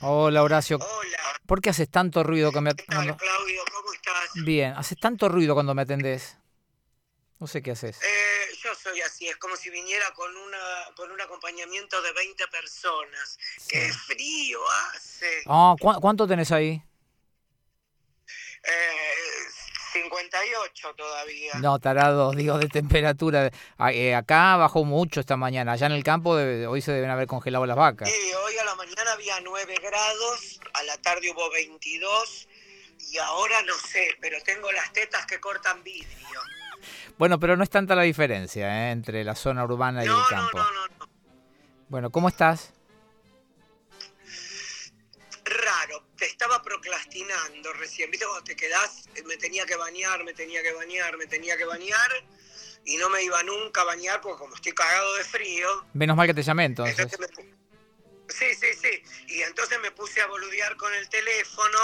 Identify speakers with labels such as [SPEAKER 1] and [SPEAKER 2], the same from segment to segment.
[SPEAKER 1] Hola Horacio,
[SPEAKER 2] Hola.
[SPEAKER 1] ¿por qué haces tanto ruido que me
[SPEAKER 2] ¿Qué tal,
[SPEAKER 1] cuando-
[SPEAKER 2] Claudio? ¿Cómo estás?
[SPEAKER 1] Bien, haces tanto ruido cuando me atendés. No sé qué haces.
[SPEAKER 2] Eh, yo soy así, es como si viniera con una con un acompañamiento de 20 personas. ¡Qué frío hace!
[SPEAKER 1] Ah, ¿cu- ¿Cuánto tenés ahí?
[SPEAKER 2] Eh, 58 todavía.
[SPEAKER 1] No, tarado, digo, de temperatura. Ah, eh, Acá bajó mucho esta mañana. Allá en el campo debe- hoy se deben haber congelado las vacas.
[SPEAKER 2] Sí, hoy a la mañana había 9 grados, a la tarde hubo 22 y ahora no sé, pero tengo las tetas que cortan vidrio.
[SPEAKER 1] Bueno, pero no es tanta la diferencia eh, entre la zona urbana y el
[SPEAKER 2] No, no,
[SPEAKER 1] campo.
[SPEAKER 2] no, no, no.
[SPEAKER 1] Bueno, ¿cómo estás?
[SPEAKER 2] Raro, te estaba procrastinando recién. ¿Viste cuando te quedás? Eh, Me tenía que bañar, me tenía que bañar, me tenía que bañar y no me iba nunca a bañar porque como estoy cagado de frío,
[SPEAKER 1] Menos mal que te llamé entonces.
[SPEAKER 2] Entonces me pu- Sí, sí, sí. Y entonces me puse a boludear con el teléfono,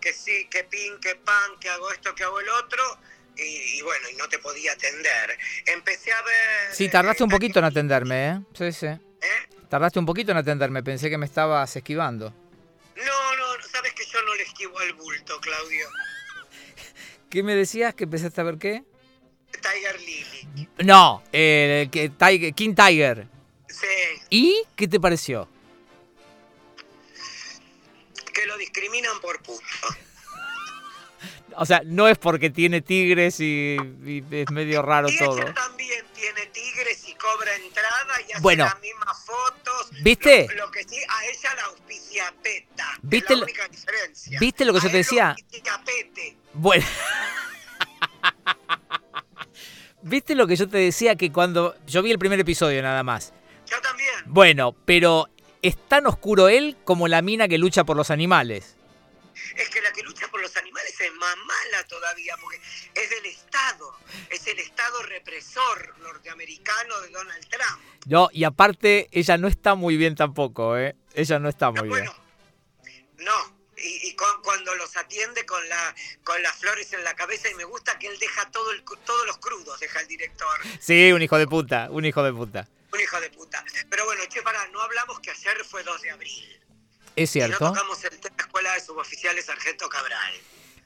[SPEAKER 2] que sí, que pin, que pan, que hago esto, que hago el otro. Y, y bueno, y no te podía atender. Empecé a ver...
[SPEAKER 1] Sí, tardaste un
[SPEAKER 2] eh,
[SPEAKER 1] poquito en atenderme, ¿eh? Sí, sí.
[SPEAKER 2] ¿eh?
[SPEAKER 1] Tardaste un poquito en atenderme, pensé que me estabas esquivando.
[SPEAKER 2] No, no, sabes que yo no le esquivo al bulto, Claudio.
[SPEAKER 1] ¿Qué me decías que empezaste a ver qué?
[SPEAKER 2] Tiger Lily.
[SPEAKER 1] No, eh, que Tiger- King Tiger.
[SPEAKER 2] Sí,
[SPEAKER 1] ¿Y qué te pareció?
[SPEAKER 2] que lo discriminan por puto.
[SPEAKER 1] O sea, no es porque tiene tigres y, y es medio raro
[SPEAKER 2] Y
[SPEAKER 1] todo.
[SPEAKER 2] ella también tiene tigres y cobra entrada y hace
[SPEAKER 1] Bueno.
[SPEAKER 2] las mismas fotos.
[SPEAKER 1] ¿Viste?
[SPEAKER 2] Lo, lo que sí, a ella la auspicia Peta.
[SPEAKER 1] ¿Viste
[SPEAKER 2] Es
[SPEAKER 1] lo-
[SPEAKER 2] la única diferencia.
[SPEAKER 1] ¿Viste lo que
[SPEAKER 2] A
[SPEAKER 1] yo te
[SPEAKER 2] él
[SPEAKER 1] decía?
[SPEAKER 2] auspicia Pete.
[SPEAKER 1] Bueno. ¿Viste lo que yo te decía que cuando yo vi el primer episodio nada más?
[SPEAKER 2] Yo también.
[SPEAKER 1] Bueno, pero es tan oscuro él como la mina que lucha por los animales.
[SPEAKER 2] Es que la que lucha por los animales es más mala todavía, porque es del Estado. Es el Estado represor norteamericano de Donald Trump.
[SPEAKER 1] No, y aparte ella no está muy bien tampoco, ¿eh? Ella no está muy bien.
[SPEAKER 2] bueno, no. Y, y con- cuando los atiende con la con las flores en la cabeza y me gusta que él deja todo el, cru- todos los crudos, deja el director.
[SPEAKER 1] Sí, un hijo de puta, un hijo de puta.
[SPEAKER 2] Un hijo de puta. Pero bueno, che, pará, no hablamos que ayer fue 2 de abril.
[SPEAKER 1] Es
[SPEAKER 2] Y no
[SPEAKER 1] cierto.
[SPEAKER 2] tocamos el tema Escuela de Suboficiales Sargento Cabral.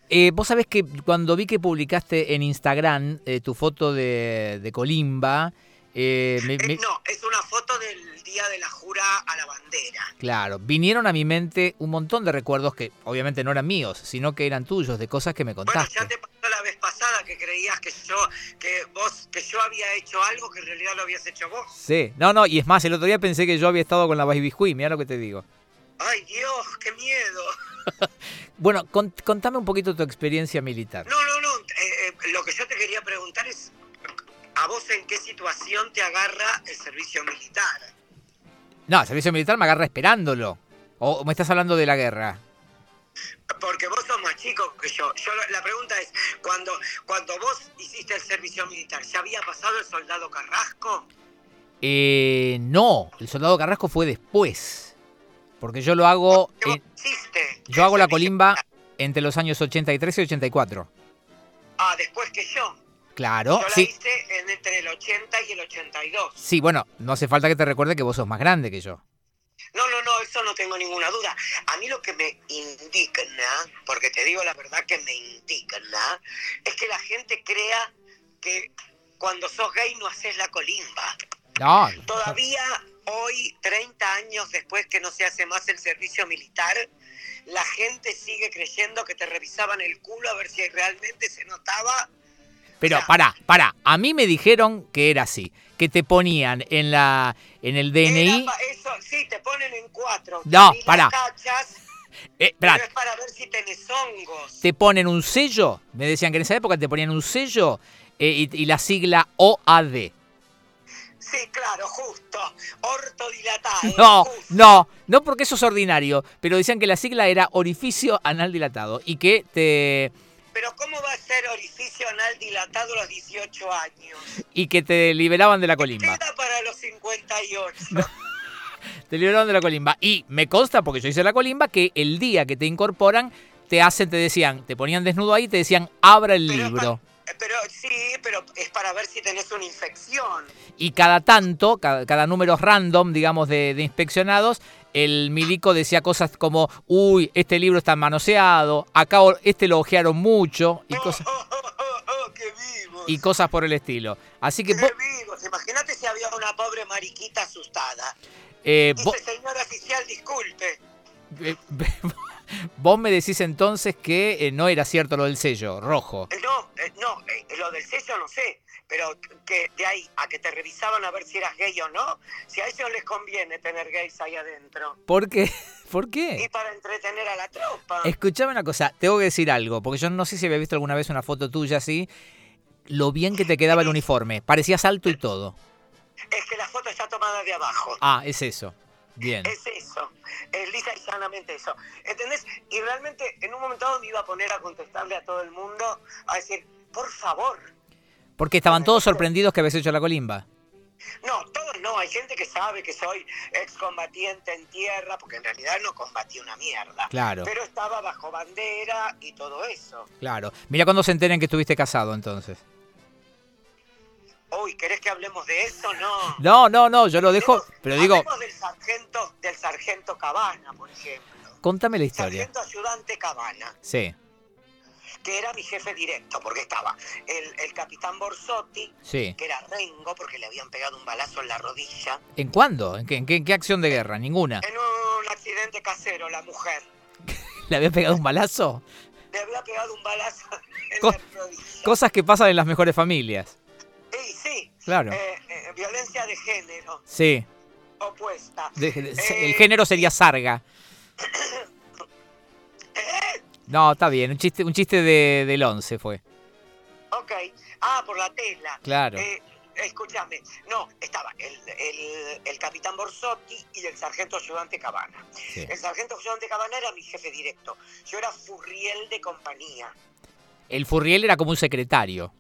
[SPEAKER 1] Eh, Vos sabés que cuando vi que publicaste en Instagram eh, tu foto de, de Colimba, eh, me-
[SPEAKER 2] Eh,
[SPEAKER 1] me-
[SPEAKER 2] no, es una foto del día de la jura a la bandera.
[SPEAKER 1] Claro, vinieron a mi mente un montón de recuerdos que obviamente no eran míos, sino que eran tuyos, de cosas que me
[SPEAKER 2] Bueno,
[SPEAKER 1] contaste.
[SPEAKER 2] ya te pasó la vez pasada que creías que yo, que vos, que yo había hecho algo que en realidad lo habías hecho vos.
[SPEAKER 1] Sí, no, no, y es más, el otro día pensé que yo había estado con la Baby mira lo que te digo.
[SPEAKER 2] Ay, Dios, qué miedo.
[SPEAKER 1] Bueno, con- contame un poquito tu experiencia militar.
[SPEAKER 2] No, no, no. eh, eh, lo que yo te quería preguntar es, ¿a vos en qué situación te agarra el servicio militar?
[SPEAKER 1] No, el servicio militar me agarra esperándolo. O o me estás hablando de la guerra.
[SPEAKER 2] Porque vos sos más chico que yo. Yo lo- la pregunta es, cuando cuando vos hiciste el servicio militar, ¿ya había pasado el soldado Carrasco?
[SPEAKER 1] Eh, no, el soldado Carrasco fue después. Porque yo lo hago,
[SPEAKER 2] ¿Qué vos
[SPEAKER 1] eh,
[SPEAKER 2] hiciste?
[SPEAKER 1] yo hago la
[SPEAKER 2] El servicio
[SPEAKER 1] colimba
[SPEAKER 2] militar.
[SPEAKER 1] entre los años 83 y 84.
[SPEAKER 2] Ah, después que yo.
[SPEAKER 1] Claro,
[SPEAKER 2] yo la
[SPEAKER 1] sí.
[SPEAKER 2] hice en- entre el 80 y el 82.
[SPEAKER 1] Sí, bueno, no hace falta que te recuerde que vos sos más grande que yo.
[SPEAKER 2] No, no, no, eso no tengo ninguna duda. A mí lo que me indigna, porque te digo la verdad que me indigna, es que la gente crea que cuando sos gay no haces la colimba.
[SPEAKER 1] No,
[SPEAKER 2] Todavía hoy, 30 años después que no se hace más el servicio militar, la gente sigue creyendo que te revisaban el culo a ver si realmente se notaba.
[SPEAKER 1] Pero pará, pará. A mí me dijeron que era así, que te ponían en la en el DNI.
[SPEAKER 2] Era pa- eso, sí, te ponen en cuatro. te
[SPEAKER 1] No,
[SPEAKER 2] abrí las
[SPEAKER 1] pará.
[SPEAKER 2] cachas,
[SPEAKER 1] Eh,
[SPEAKER 2] pero
[SPEAKER 1] pará,
[SPEAKER 2] es para ver si tenés hongos.
[SPEAKER 1] te ponen un sello. Me decían que en esa época te ponían un sello eh, y, y la sigla OAD.
[SPEAKER 2] Sí, claro, justo. Ortodilatado.
[SPEAKER 1] No,
[SPEAKER 2] justo.
[SPEAKER 1] no, no porque eso es ordinario, pero decían que la sigla era orificio anal dilatado y que te
[SPEAKER 2] Pero ¿cómo va a ser orificio anal dilatado a los 18 años?
[SPEAKER 1] y que te liberaban de la colimba.
[SPEAKER 2] Queda para los 58.
[SPEAKER 1] Te liberaron de la colimba. Y me consta, porque yo hice la colimba, que el día que te incorporan, te hacen, te decían, te ponían desnudo ahí, te decían, abra el
[SPEAKER 2] Pero es
[SPEAKER 1] libro.
[SPEAKER 2] pa- eh, Pero sí, pero es para ver si tenés una infección.
[SPEAKER 1] Y cada tanto, cada, cada número random, digamos, de, de inspeccionados, el milico decía cosas como, uy, este libro está manoseado, acá o- este lo ojearon mucho y,
[SPEAKER 2] Oh,
[SPEAKER 1] cosas,
[SPEAKER 2] oh, oh, oh, oh, ¡Qué vivos!
[SPEAKER 1] y cosas por el estilo. Así que
[SPEAKER 2] ¡Qué
[SPEAKER 1] vos,
[SPEAKER 2] vivos! Imagínate si había una pobre mariquita asustada.
[SPEAKER 1] eh,
[SPEAKER 2] Dice,
[SPEAKER 1] vos-
[SPEAKER 2] señora oficial, disculpe.
[SPEAKER 1] eh, vos me decís entonces que eh, no era cierto lo del sello rojo.
[SPEAKER 2] No, eh, no, eh, lo del sello no sé, pero que de ahí a que te revisaban a ver si eras gay o no, si a ellos les conviene tener gays ahí adentro.
[SPEAKER 1] ¿Por qué? ¿Por
[SPEAKER 2] Y
[SPEAKER 1] qué?
[SPEAKER 2] para entretener a la tropa.
[SPEAKER 1] Escuchame una cosa, tengo que decir algo, porque yo no sé si había visto alguna vez una foto tuya así, lo bien que te quedaba el uniforme, parecías alto y todo.
[SPEAKER 2] Es que la foto está tomada de abajo.
[SPEAKER 1] Ah, es eso. Bien.
[SPEAKER 2] Es eso, es lisa y sanamente eso. ¿Entendés? Y realmente en un momento dado me iba a poner a contestarle a todo el mundo, a decir, por favor.
[SPEAKER 1] Porque estaban todos sorprendidos que habías hecho la colimba.
[SPEAKER 2] No, todos no, hay gente que sabe que soy excombatiente en tierra, porque en realidad no combatí una mierda.
[SPEAKER 1] Claro.
[SPEAKER 2] Pero estaba bajo bandera y todo eso.
[SPEAKER 1] Claro. Mira cuando se enteren que estuviste casado entonces.
[SPEAKER 2] Uy, ¿querés que hablemos de eso? No.
[SPEAKER 1] No, no, no, yo lo dejo,
[SPEAKER 2] Hablemos-
[SPEAKER 1] pero digo,
[SPEAKER 2] hablemos del sargento, del sargento Cabana, por ejemplo.
[SPEAKER 1] contame la historia.
[SPEAKER 2] Sargento ayudante Cabana.
[SPEAKER 1] Sí,
[SPEAKER 2] que era mi jefe directo, porque estaba el, el capitán Borsotti,
[SPEAKER 1] sí.
[SPEAKER 2] que era Rengo, porque le habían pegado un balazo en la rodilla,
[SPEAKER 1] ¿En cuándo? ¿En qué, en qué- en qué acción de guerra? Ninguna.
[SPEAKER 2] en un accidente casero, la mujer.
[SPEAKER 1] ¿Le había pegado un balazo?
[SPEAKER 2] Le había pegado un balazo en
[SPEAKER 1] Co-
[SPEAKER 2] la rodilla.
[SPEAKER 1] Cosas que pasan en las mejores familias.
[SPEAKER 2] Y sí,
[SPEAKER 1] Claro.
[SPEAKER 2] eh, eh, violencia de género,
[SPEAKER 1] Sí.
[SPEAKER 2] opuesta.
[SPEAKER 1] De- de-
[SPEAKER 2] Eh,
[SPEAKER 1] el género sería sarga. No, está bien. Un chiste, un chiste de- del 11 fue.
[SPEAKER 2] Ok, ah, por la tela.
[SPEAKER 1] Claro.
[SPEAKER 2] Eh, escúchame, no, estaba el, el- el capitán Borsotti y el sargento ayudante Cabana.
[SPEAKER 1] Sí.
[SPEAKER 2] El sargento ayudante Cabana era mi jefe directo. Yo era furriel de compañía.
[SPEAKER 1] El Furriel era como un secretario.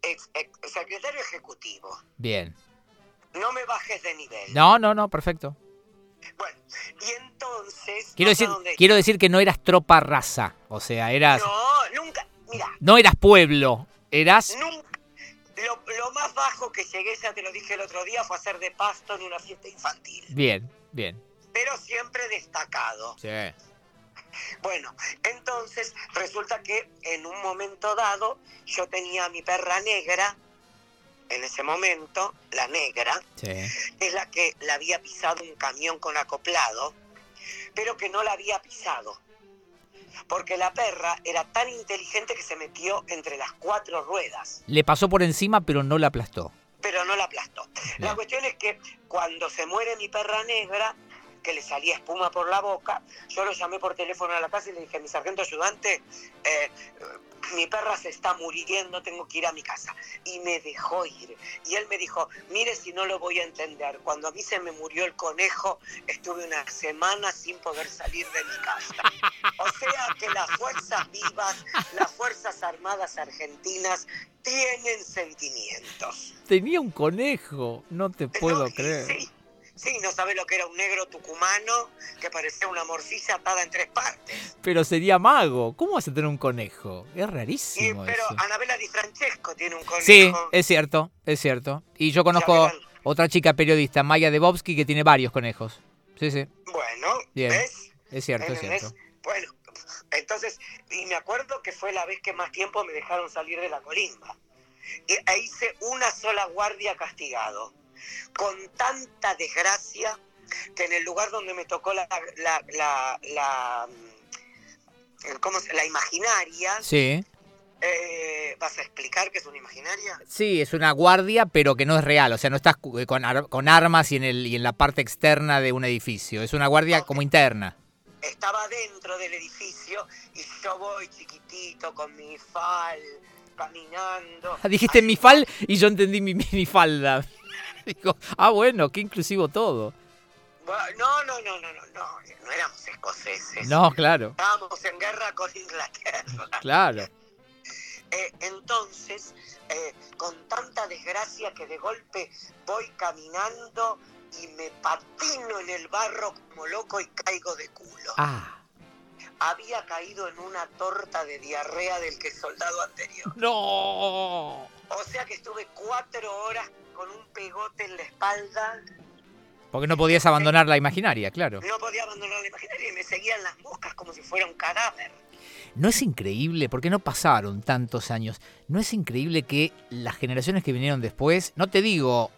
[SPEAKER 2] ex- ex- secretario ejecutivo.
[SPEAKER 1] Bien.
[SPEAKER 2] No me bajes de nivel.
[SPEAKER 1] No, no, no, perfecto.
[SPEAKER 2] Bueno, y entonces.
[SPEAKER 1] Quiero
[SPEAKER 2] no sé
[SPEAKER 1] decir,
[SPEAKER 2] dónde-
[SPEAKER 1] quiero decir que no eras tropa raza. O sea, eras.
[SPEAKER 2] No, nunca. Mira,
[SPEAKER 1] No eras pueblo. Eras.
[SPEAKER 2] nunca. Lo, lo más bajo que llegué, ya te lo dije el otro día, fue hacer de pasto en una fiesta infantil.
[SPEAKER 1] Bien, bien.
[SPEAKER 2] Pero siempre destacado.
[SPEAKER 1] Sí.
[SPEAKER 2] Bueno, entonces resulta que en un momento dado yo tenía a mi perra negra. En ese momento, la negra.
[SPEAKER 1] Sí.
[SPEAKER 2] es la que la había pisado un camión con acoplado, pero que no la había pisado. Porque la perra era tan inteligente que se metió entre las cuatro ruedas,
[SPEAKER 1] Le pasó por encima, pero no la aplastó.
[SPEAKER 2] pero no la aplastó. La
[SPEAKER 1] Bien.
[SPEAKER 2] cuestión es que cuando se muere mi perra negra, que le salía espuma por la boca, yo lo llamé por teléfono a la casa y le dije, mi sargento ayudante, eh, mi perra se está muriendo, tengo que ir a mi casa. Y me dejó ir. Y él me dijo, mire si no lo voy a entender, cuando a mí se me murió el conejo, estuve una semana sin poder salir de mi casa. O sea que las fuerzas vivas, las fuerzas armadas argentinas, tienen sentimientos.
[SPEAKER 1] Tenía un conejo. No te puedo creer.
[SPEAKER 2] Sí, sí, no sabes lo que era un negro tucumano que parecía una morcilla atada en tres partes.
[SPEAKER 1] Pero sería mago. ¿Cómo vas a tener un conejo? Es
[SPEAKER 2] Y-
[SPEAKER 1] rarísimo
[SPEAKER 2] pero
[SPEAKER 1] eso.
[SPEAKER 2] Anabela Di Francesco tiene un conejo.
[SPEAKER 1] Sí, es cierto, es cierto. Y yo conozco
[SPEAKER 2] Ya verán.
[SPEAKER 1] otra chica periodista, Maya Debowski, que tiene varios conejos. Sí, sí,
[SPEAKER 2] Bueno,
[SPEAKER 1] Bien,
[SPEAKER 2] ¿ves?
[SPEAKER 1] es cierto, es
[SPEAKER 2] ¿Entendés?
[SPEAKER 1] cierto.
[SPEAKER 2] Bueno, entonces, y me acuerdo que fue la vez que más tiempo me dejaron salir de la colimba. Y, e hice una sola guardia castigado, con tanta desgracia que en el lugar donde me tocó la, la, la, la, mm, ¿cómo se- la imaginaria,
[SPEAKER 1] Sí.
[SPEAKER 2] Eh, ¿Vas a explicar que es una imaginaria?
[SPEAKER 1] Sí, es una guardia, pero que no es real. O sea, no estás cu- eh, con, ar- con armas y en, el, y en la parte externa de un edificio. Es una guardia como interna.
[SPEAKER 2] Estaba dentro del edificio y yo voy chiquitito con mi fal, caminando.
[SPEAKER 1] Ah, Dijiste mi fal y yo entendí mi minifalda. Digo, ah, bueno, qué inclusivo todo.
[SPEAKER 2] Bu- No, no, no, no, no, no, no éramos escoceses.
[SPEAKER 1] No, claro,
[SPEAKER 2] Estábamos en guerra con Inglaterra.
[SPEAKER 1] claro.
[SPEAKER 2] Eh, entonces, eh, con tanta desgracia que de golpe voy caminando y me patino en el barro como loco y caigo de culo.
[SPEAKER 1] Ah,
[SPEAKER 2] Había caído en una torta de diarrea del que soldado anterior.
[SPEAKER 1] no.
[SPEAKER 2] O sea que estuve cuatro horas con un pegote en la espalda
[SPEAKER 1] Porque no podías abandonar la imaginaria, claro.
[SPEAKER 2] No podía abandonar la imaginaria y me seguían las moscas como si fuera un cadáver.
[SPEAKER 1] ¿No es increíble? Porque no pasaron tantos años. ¿No es increíble que las generaciones que vinieron después, no te digo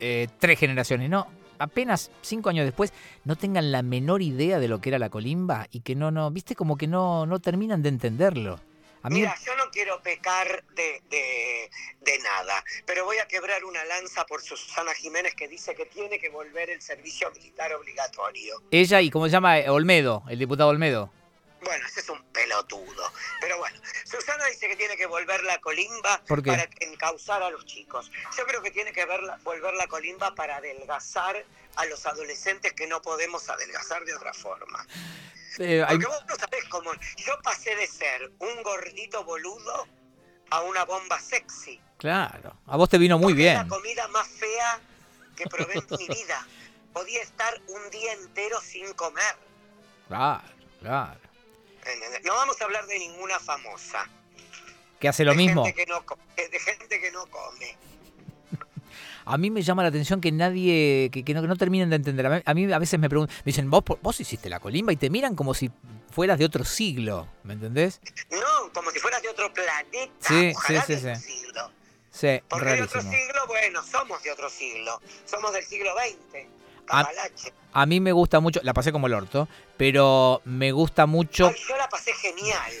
[SPEAKER 1] eh, tres generaciones, no, apenas cinco años después, no tengan la menor idea de lo que era la colimba y que no, no, viste como que no, no terminan de entenderlo. A mí,
[SPEAKER 2] Mira, yo no quiero pecar de, de- de nada, pero voy a quebrar una lanza por Susana Jiménez que dice que tiene que volver el servicio militar obligatorio.
[SPEAKER 1] ella y, ¿cómo se llama? Eh, Olmedo, el diputado Olmedo.
[SPEAKER 2] Bueno, ese es un pelotudo. Pero bueno, Susana dice que tiene que volver la colimba
[SPEAKER 1] ¿Por qué?
[SPEAKER 2] para encauzar a los chicos. Yo creo que tiene que ver la- volver la colimba para adelgazar a los adolescentes que no podemos adelgazar de otra forma.
[SPEAKER 1] Eh, hay-
[SPEAKER 2] Porque vos no sabés cómo. Yo pasé de ser un gordito boludo a una bomba sexy.
[SPEAKER 1] claro, a vos te vino muy
[SPEAKER 2] Porque Es la
[SPEAKER 1] bien.
[SPEAKER 2] comida más fea que probé en mi vida. Podía estar un día entero sin comer.
[SPEAKER 1] Claro, claro.
[SPEAKER 2] ¿entendés? No vamos a hablar de ninguna famosa.
[SPEAKER 1] Que hace lo
[SPEAKER 2] de
[SPEAKER 1] mismo.
[SPEAKER 2] Gente que no co- de de gente que no come.
[SPEAKER 1] A mí me llama la atención que nadie, que, que no, que no terminen de entender. A mí, a mí a veces me preguntan, me dicen, vos, por- vos hiciste la colimba y te miran como si fueras de otro siglo, ¿me entendés?
[SPEAKER 2] No, como si fueras de otro planeta.
[SPEAKER 1] Sí,
[SPEAKER 2] ojalá
[SPEAKER 1] sí, sí,
[SPEAKER 2] de
[SPEAKER 1] sí.
[SPEAKER 2] otro siglo.
[SPEAKER 1] Sí,
[SPEAKER 2] Porque de
[SPEAKER 1] rarísimo.
[SPEAKER 2] otro siglo, bueno, somos de otro siglo. Somos del siglo XX.
[SPEAKER 1] Ah,
[SPEAKER 2] Cambalache.
[SPEAKER 1] A mí me gusta mucho, la pasé como el orto, pero me gusta mucho,
[SPEAKER 2] Ay, yo la pasé genial.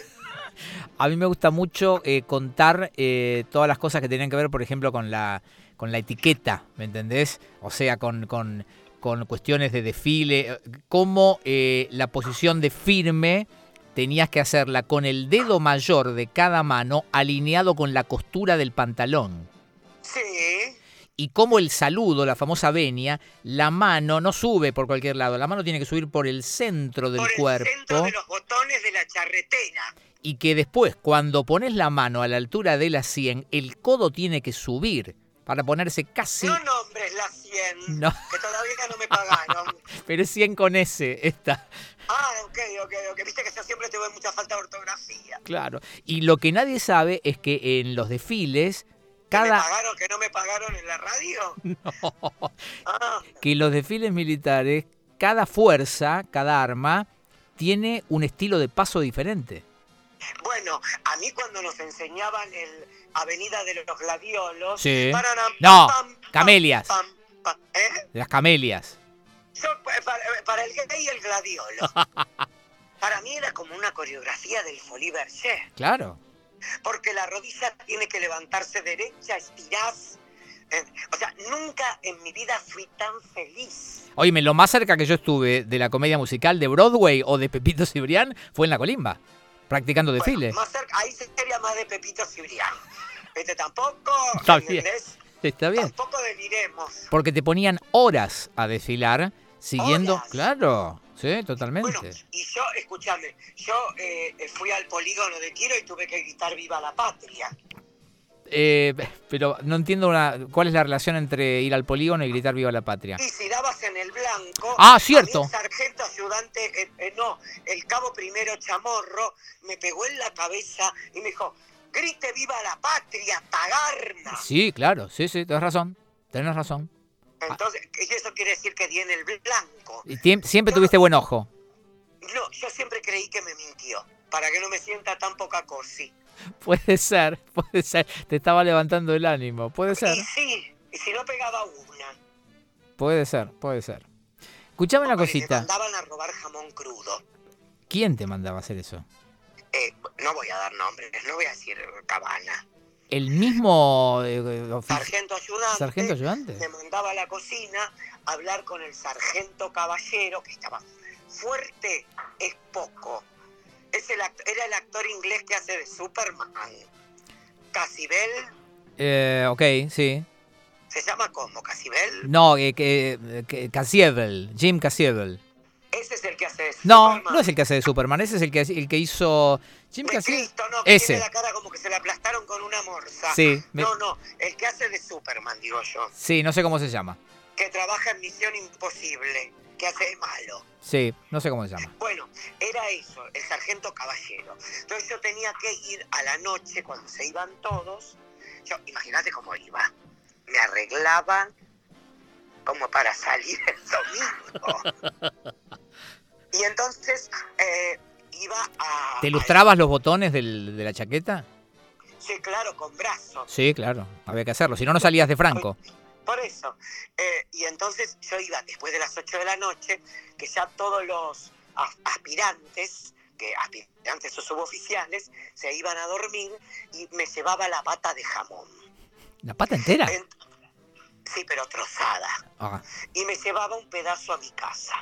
[SPEAKER 1] a mí me gusta mucho eh, contar eh, todas las cosas que tenían que ver, por ejemplo, con la, con la etiqueta, ¿me entendés? O sea, con, con, con cuestiones de desfile, eh, cómo eh, la posición de firme tenías que hacerla con el dedo mayor de cada mano alineado con la costura del pantalón.
[SPEAKER 2] Sí.
[SPEAKER 1] y como el saludo, la famosa venia, la mano no sube por cualquier lado, la mano tiene que subir por el centro del
[SPEAKER 2] por el centro
[SPEAKER 1] cuerpo
[SPEAKER 2] de los botones de la charretera.
[SPEAKER 1] y que después cuando pones la mano a la altura de la 100, el codo tiene que subir para ponerse casi...
[SPEAKER 2] No nombres la 100,
[SPEAKER 1] No.
[SPEAKER 2] que todavía no me pagaron.
[SPEAKER 1] Pero es 100 con S, esta,
[SPEAKER 2] ah, ok, ok, ok. Viste que yo siempre tuve mucha falta de ortografía.
[SPEAKER 1] claro. Y lo que nadie sabe es que en los desfiles,
[SPEAKER 2] ¿Que me
[SPEAKER 1] cada...
[SPEAKER 2] pagaron que no me pagaron en la radio? Ah,
[SPEAKER 1] que los desfiles militares, cada fuerza, cada arma, tiene un estilo de paso diferente.
[SPEAKER 2] bueno, a mí cuando nos enseñaban el Avenida de los Gladiolos...
[SPEAKER 1] Sí.
[SPEAKER 2] pararam,
[SPEAKER 1] No,
[SPEAKER 2] pam, pam,
[SPEAKER 1] camelias.
[SPEAKER 2] pam, pam, ¿eh?
[SPEAKER 1] Las camelias.
[SPEAKER 2] Yo, eh, para, para el gay y el gladiolo. para mí era como una coreografía del Folie Berger.
[SPEAKER 1] Claro.
[SPEAKER 2] porque la rodilla tiene que levantarse derecha, estirás. eh, o sea, nunca en mi vida fui tan feliz.
[SPEAKER 1] Oíme, lo más cerca que yo estuve de la comedia musical de Broadway o de Pepito Cibrián fue en la Colimba, practicando
[SPEAKER 2] Bueno,
[SPEAKER 1] desfiles.
[SPEAKER 2] más cerca- ahí sería más de Pepito Cibrián. Este tampoco,
[SPEAKER 1] Está bien.
[SPEAKER 2] ¿entendés?
[SPEAKER 1] Está bien.
[SPEAKER 2] Tampoco deliremos.
[SPEAKER 1] Porque te ponían horas a desfilar siguiendo.
[SPEAKER 2] Horas.
[SPEAKER 1] Claro, sí, totalmente.
[SPEAKER 2] Bueno, y yo, escúchame, yo eh, eh, fui al polígono de tiro y tuve que gritar viva la patria.
[SPEAKER 1] Eh, pero no entiendo una- cuál es la relación entre ir al polígono y gritar viva la patria.
[SPEAKER 2] Y si dabas en el blanco.
[SPEAKER 1] Ah,
[SPEAKER 2] a mí
[SPEAKER 1] cierto.
[SPEAKER 2] el sargento ayudante, eh, eh, no, el cabo primero chamorro, me pegó en la cabeza y me dijo: grite viva la patria, pagarna.
[SPEAKER 1] Sí, claro, sí, sí, tenés razón. Tenés razón.
[SPEAKER 2] Entonces, y eso quiere decir que di en el blanco.
[SPEAKER 1] Y tiem- siempre tuviste buen ojo.
[SPEAKER 2] No, yo siempre creí que me mintió, para que no me sienta tan poca cosi.
[SPEAKER 1] Puede ser, puede ser. Te estaba levantando el ánimo. Puede ser,
[SPEAKER 2] Y sí, y si no pegaba una.
[SPEAKER 1] puede ser, puede ser. Escuchame una
[SPEAKER 2] porque me
[SPEAKER 1] cosita.
[SPEAKER 2] mandaban a robar jamón crudo.
[SPEAKER 1] ¿Quién te mandaba a hacer eso?
[SPEAKER 2] Eh, no voy a dar nombres, no voy a decir eh, cabana.
[SPEAKER 1] ¿El mismo eh, eh, ofi-
[SPEAKER 2] Sargento ayudante.
[SPEAKER 1] sargento ayudante?
[SPEAKER 2] me mandaba a la cocina a hablar con el sargento caballero, que estaba fuerte, es poco. Es el act- era el actor inglés que hace de Superman. Casibel,
[SPEAKER 1] Eh, ok, sí.
[SPEAKER 2] ¿se llama cómo? Casibel.
[SPEAKER 1] No, eh, que, eh, que- Casiebel, Jim Casiebel.
[SPEAKER 2] Ese es el que hace de
[SPEAKER 1] No,
[SPEAKER 2] Superman.
[SPEAKER 1] no es el que hace de Superman, ese es el que, el que hizo... Jim
[SPEAKER 2] De
[SPEAKER 1] Casiebel.
[SPEAKER 2] Cristo, no, que
[SPEAKER 1] Ese.
[SPEAKER 2] tiene la cara como que se la aplastaron con una morsa.
[SPEAKER 1] Sí, me-
[SPEAKER 2] No, no, el que hace de Superman, digo yo.
[SPEAKER 1] sí, no sé cómo se llama.
[SPEAKER 2] Que trabaja en Misión Imposible, que hace de malo.
[SPEAKER 1] Sí, no sé cómo se llama.
[SPEAKER 2] Bueno, era eso, el sargento caballero. Entonces yo tenía que ir a la noche cuando se iban todos. Yo, imagínate cómo iba. Me arreglaba, como para salir el domingo. y entonces eh, iba a...
[SPEAKER 1] ¿Te ilustrabas los botones del- de la chaqueta?
[SPEAKER 2] al- sí, claro, con brazos.
[SPEAKER 1] Sí, claro, había que hacerlo, si no, no salías de Franco.
[SPEAKER 2] Por eso. Eh, y entonces yo iba después de las 8 de la noche, que ya todos los as- aspirantes, que aspirantes o suboficiales, se iban a dormir y me llevaba la pata de jamón.
[SPEAKER 1] ¿La pata entera?
[SPEAKER 2] Ent- Sí, pero trozada.
[SPEAKER 1] Ah,
[SPEAKER 2] y me llevaba un pedazo a mi casa.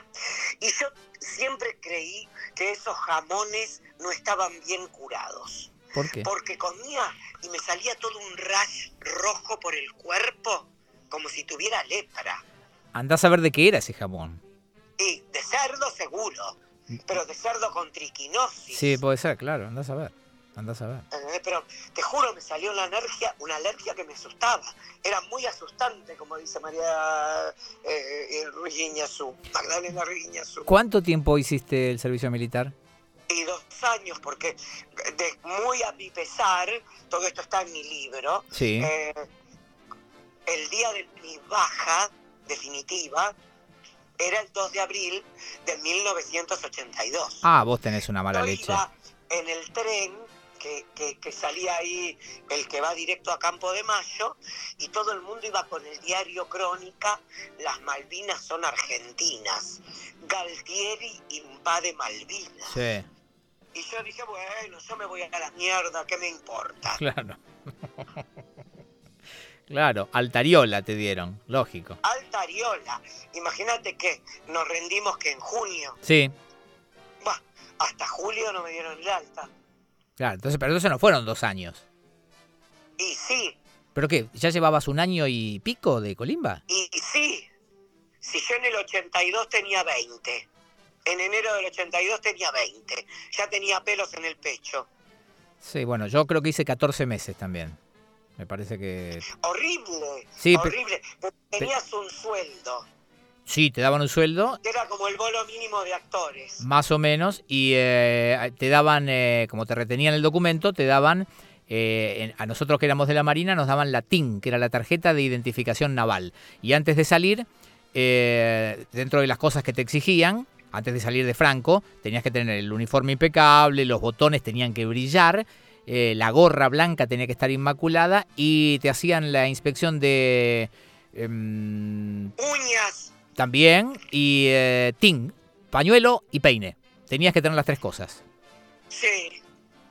[SPEAKER 2] Y yo siempre creí que esos jamones no estaban bien curados,
[SPEAKER 1] ¿Por qué?
[SPEAKER 2] porque comía y me salía todo un rash rojo por el cuerpo, como si tuviera lepra.
[SPEAKER 1] Andás a ver de qué era ese jamón.
[SPEAKER 2] Y de cerdo seguro, pero de cerdo con triquinosis.
[SPEAKER 1] Sí, puede ser, claro, andás a ver. Andás a ver.
[SPEAKER 2] ¿Entendés? Pero te juro, me salió una alergia, una alergia que me asustaba. Era muy asustante, como dice María eh, eh, Ruiz Iñazú, Magdalena Ruiz Iñazú.
[SPEAKER 1] ¿Cuánto tiempo hiciste el servicio militar?
[SPEAKER 2] y dos años, porque de muy a mi pesar, todo esto está en mi libro,
[SPEAKER 1] Sí.
[SPEAKER 2] eh, el día de mi baja definitiva era el 2 de abril de 1982.
[SPEAKER 1] Ah, vos tenés una mala
[SPEAKER 2] Yo
[SPEAKER 1] leche.
[SPEAKER 2] iba en el tren que, que- que salía ahí, el que va directo a Campo de Mayo, y todo el mundo iba con el diario Crónica, Las Malvinas son argentinas, Galtieri invade Malvinas.
[SPEAKER 1] Sí,
[SPEAKER 2] Y yo dije, bueno, yo me voy a la mierda, ¿qué me importa?
[SPEAKER 1] claro. Claro, altariola te dieron, lógico.
[SPEAKER 2] Alta Ariola, imagínate que nos rendimos que en junio,
[SPEAKER 1] Sí,
[SPEAKER 2] bah, hasta julio no me dieron el alta.
[SPEAKER 1] claro, entonces, pero entonces no fueron dos años.
[SPEAKER 2] Y sí,
[SPEAKER 1] ¿Pero qué? ¿Ya llevabas un año y pico de Colimba?
[SPEAKER 2] y sí, si yo en el 82 tenía 20, en enero del 82 tenía 20, ya tenía pelos en el pecho.
[SPEAKER 1] Sí, bueno, yo creo que hice 14 meses también. Me parece que...
[SPEAKER 2] Horrible,
[SPEAKER 1] Sí, pe-
[SPEAKER 2] horrible. Tenías un sueldo,
[SPEAKER 1] Sí, te daban un sueldo
[SPEAKER 2] que era como el bolo mínimo de actores.
[SPEAKER 1] Más o menos, y eh, te daban, eh, como te retenían el documento, te daban, eh, en- a nosotros que éramos de la Marina, nos daban la TIN, que era la tarjeta de identificación naval. Y antes de salir, eh, dentro de las cosas que te exigían, antes de salir de Franco, tenías que tener el uniforme impecable, los botones tenían que brillar, eh, la gorra blanca tenía que estar inmaculada y te hacían la inspección de... em,
[SPEAKER 2] Uñas,
[SPEAKER 1] también y eh, tin, pañuelo y peine. Tenías que tener las tres cosas.
[SPEAKER 2] sí.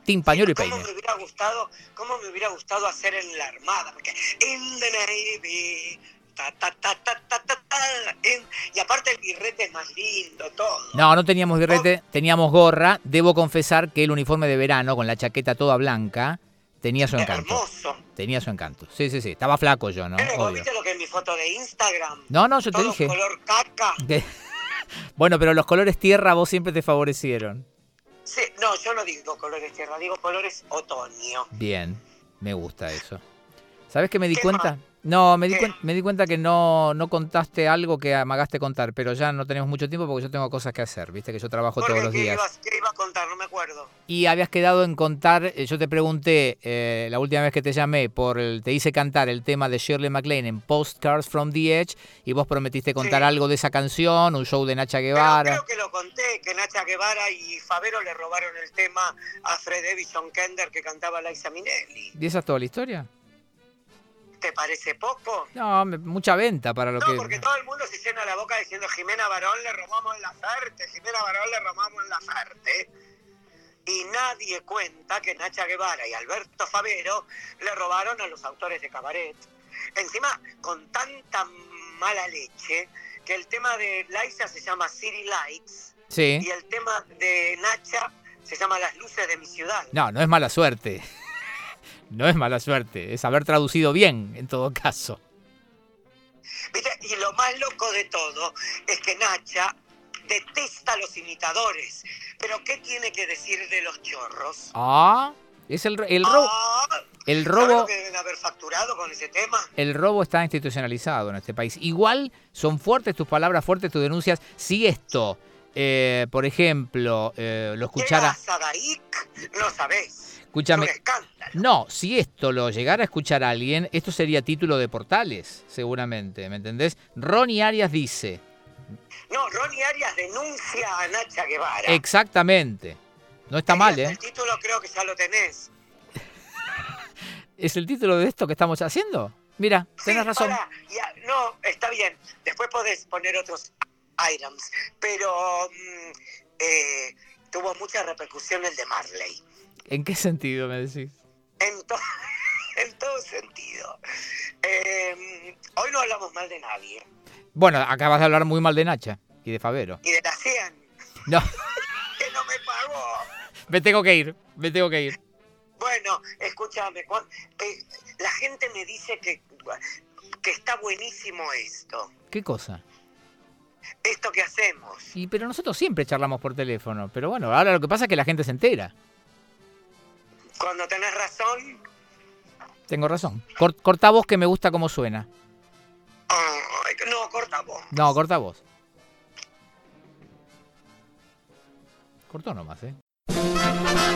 [SPEAKER 1] Tin, pañuelo y
[SPEAKER 2] ¿Cómo
[SPEAKER 1] peine.
[SPEAKER 2] me hubiera gustado, cómo me hubiera gustado hacer en la armada? Porque in the Navy, ta, ta, ta, ta, ta, ta, ta, in- y aparte el birrete es más lindo, todo.
[SPEAKER 1] No, no teníamos birrete, teníamos gorra. Debo confesar que el uniforme de verano con la chaqueta toda blanca tenía su encanto.
[SPEAKER 2] hermoso.
[SPEAKER 1] Tenía su encanto. Sí, sí, sí. Estaba flaco yo, ¿no?
[SPEAKER 2] Eh, ¿Vos
[SPEAKER 1] Obvio.
[SPEAKER 2] viste lo que es mi foto de Instagram?
[SPEAKER 1] No, no, yo te
[SPEAKER 2] todo
[SPEAKER 1] dije.
[SPEAKER 2] color caca.
[SPEAKER 1] que- Bueno, pero los colores tierra a vos siempre te favorecieron.
[SPEAKER 2] Sí, no, yo no digo colores tierra, digo colores otoño.
[SPEAKER 1] Bien, me gusta eso. ¿Sabes que me di
[SPEAKER 2] ¿Qué
[SPEAKER 1] cuenta? No, me di,
[SPEAKER 2] ¿Qué?
[SPEAKER 1] cuen- me di cuenta que no, no contaste algo que amagaste contar, pero ya no tenemos mucho tiempo porque yo tengo cosas que hacer, viste que yo trabajo
[SPEAKER 2] Porque
[SPEAKER 1] todos los
[SPEAKER 2] ¿qué,
[SPEAKER 1] días.
[SPEAKER 2] ibas- ¿Qué iba a contar? No me acuerdo.
[SPEAKER 1] Y habías quedado en contar, eh, yo te pregunté eh, la última vez que te llamé, por el- te hice cantar el tema de Shirley MacLaine en Postcards from the Edge y vos prometiste contar
[SPEAKER 2] Sí.
[SPEAKER 1] algo de esa canción, un show de Nacha
[SPEAKER 2] Pero
[SPEAKER 1] Guevara.
[SPEAKER 2] creo que lo conté, que Nacha Guevara y Favero le robaron el tema a Fred Evison Kender que cantaba Liza Minelli.
[SPEAKER 1] ¿Y esa es toda la historia?
[SPEAKER 2] ¿Te parece poco?
[SPEAKER 1] No, me- mucha venta para lo
[SPEAKER 2] No,
[SPEAKER 1] que...
[SPEAKER 2] porque todo el mundo se llena la boca diciendo Jimena Barón le robamos la Ferte, Jimena Barón le robamos la Ferte. Y nadie cuenta que Nacha Guevara y Alberto Favero le robaron a los autores de Cabaret. Encima, con tanta mala leche, que el tema de Liza se llama City Lights
[SPEAKER 1] Sí.
[SPEAKER 2] y el tema de Nacha se llama Las Luces de mi Ciudad.
[SPEAKER 1] No, no es mala suerte. No es mala suerte, es haber traducido bien en todo caso.
[SPEAKER 2] ¿Viste? Y lo más loco de todo es que Nacha detesta a los imitadores. Pero ¿qué tiene que decir de los chorros?
[SPEAKER 1] Ah, es el, ro- el robo.
[SPEAKER 2] Ah,
[SPEAKER 1] El
[SPEAKER 2] ¿sabes
[SPEAKER 1] robo,
[SPEAKER 2] lo que deben haber facturado con ese tema?
[SPEAKER 1] el robo está institucionalizado en este país. Igual son fuertes tus palabras, fuertes tus denuncias. Si esto eh, por ejemplo, eh, lo escuchara...
[SPEAKER 2] ¿Qué pasa, Daik? No sabés.
[SPEAKER 1] Escúchame.
[SPEAKER 2] Es un escándalo.
[SPEAKER 1] No, si esto lo llegara a escuchar alguien, esto sería título de portales, seguramente, ¿me entendés? Ronnie Arias dice,
[SPEAKER 2] No, Ronnie Arias denuncia a Nacha Guevara.
[SPEAKER 1] exactamente. No está mal,
[SPEAKER 2] Tenías
[SPEAKER 1] ¿eh?
[SPEAKER 2] El título creo que ya lo tenés.
[SPEAKER 1] ¿Es el título de esto que estamos haciendo? Mira, tenés
[SPEAKER 2] Sí,
[SPEAKER 1] razón.
[SPEAKER 2] pará, ya, no, está bien. Después podés poner otros items. Pero mm, eh, tuvo mucha repercusión el de Marley.
[SPEAKER 1] ¿En qué sentido me decís?
[SPEAKER 2] En, to- en todo sentido. Eh, hoy no hablamos mal de nadie.
[SPEAKER 1] Bueno, acabas de hablar muy mal de Nacha y de Fabero.
[SPEAKER 2] Y de la 100,
[SPEAKER 1] No,
[SPEAKER 2] que no me pagó.
[SPEAKER 1] me tengo que ir, me tengo que ir.
[SPEAKER 2] Bueno, escúchame. Juan, eh, la gente me dice que, que está buenísimo esto.
[SPEAKER 1] ¿Qué cosa?
[SPEAKER 2] Esto que hacemos.
[SPEAKER 1] Y pero nosotros siempre charlamos por teléfono, pero bueno, ahora lo que pasa es que la gente se entera.
[SPEAKER 2] Cuando tenés razón,
[SPEAKER 1] Tengo razón. Cor- corta voz que me gusta cómo suena.
[SPEAKER 2] Ah, ay, no, cortamos.
[SPEAKER 1] No, corta voz. Cortó nomás, ¿eh?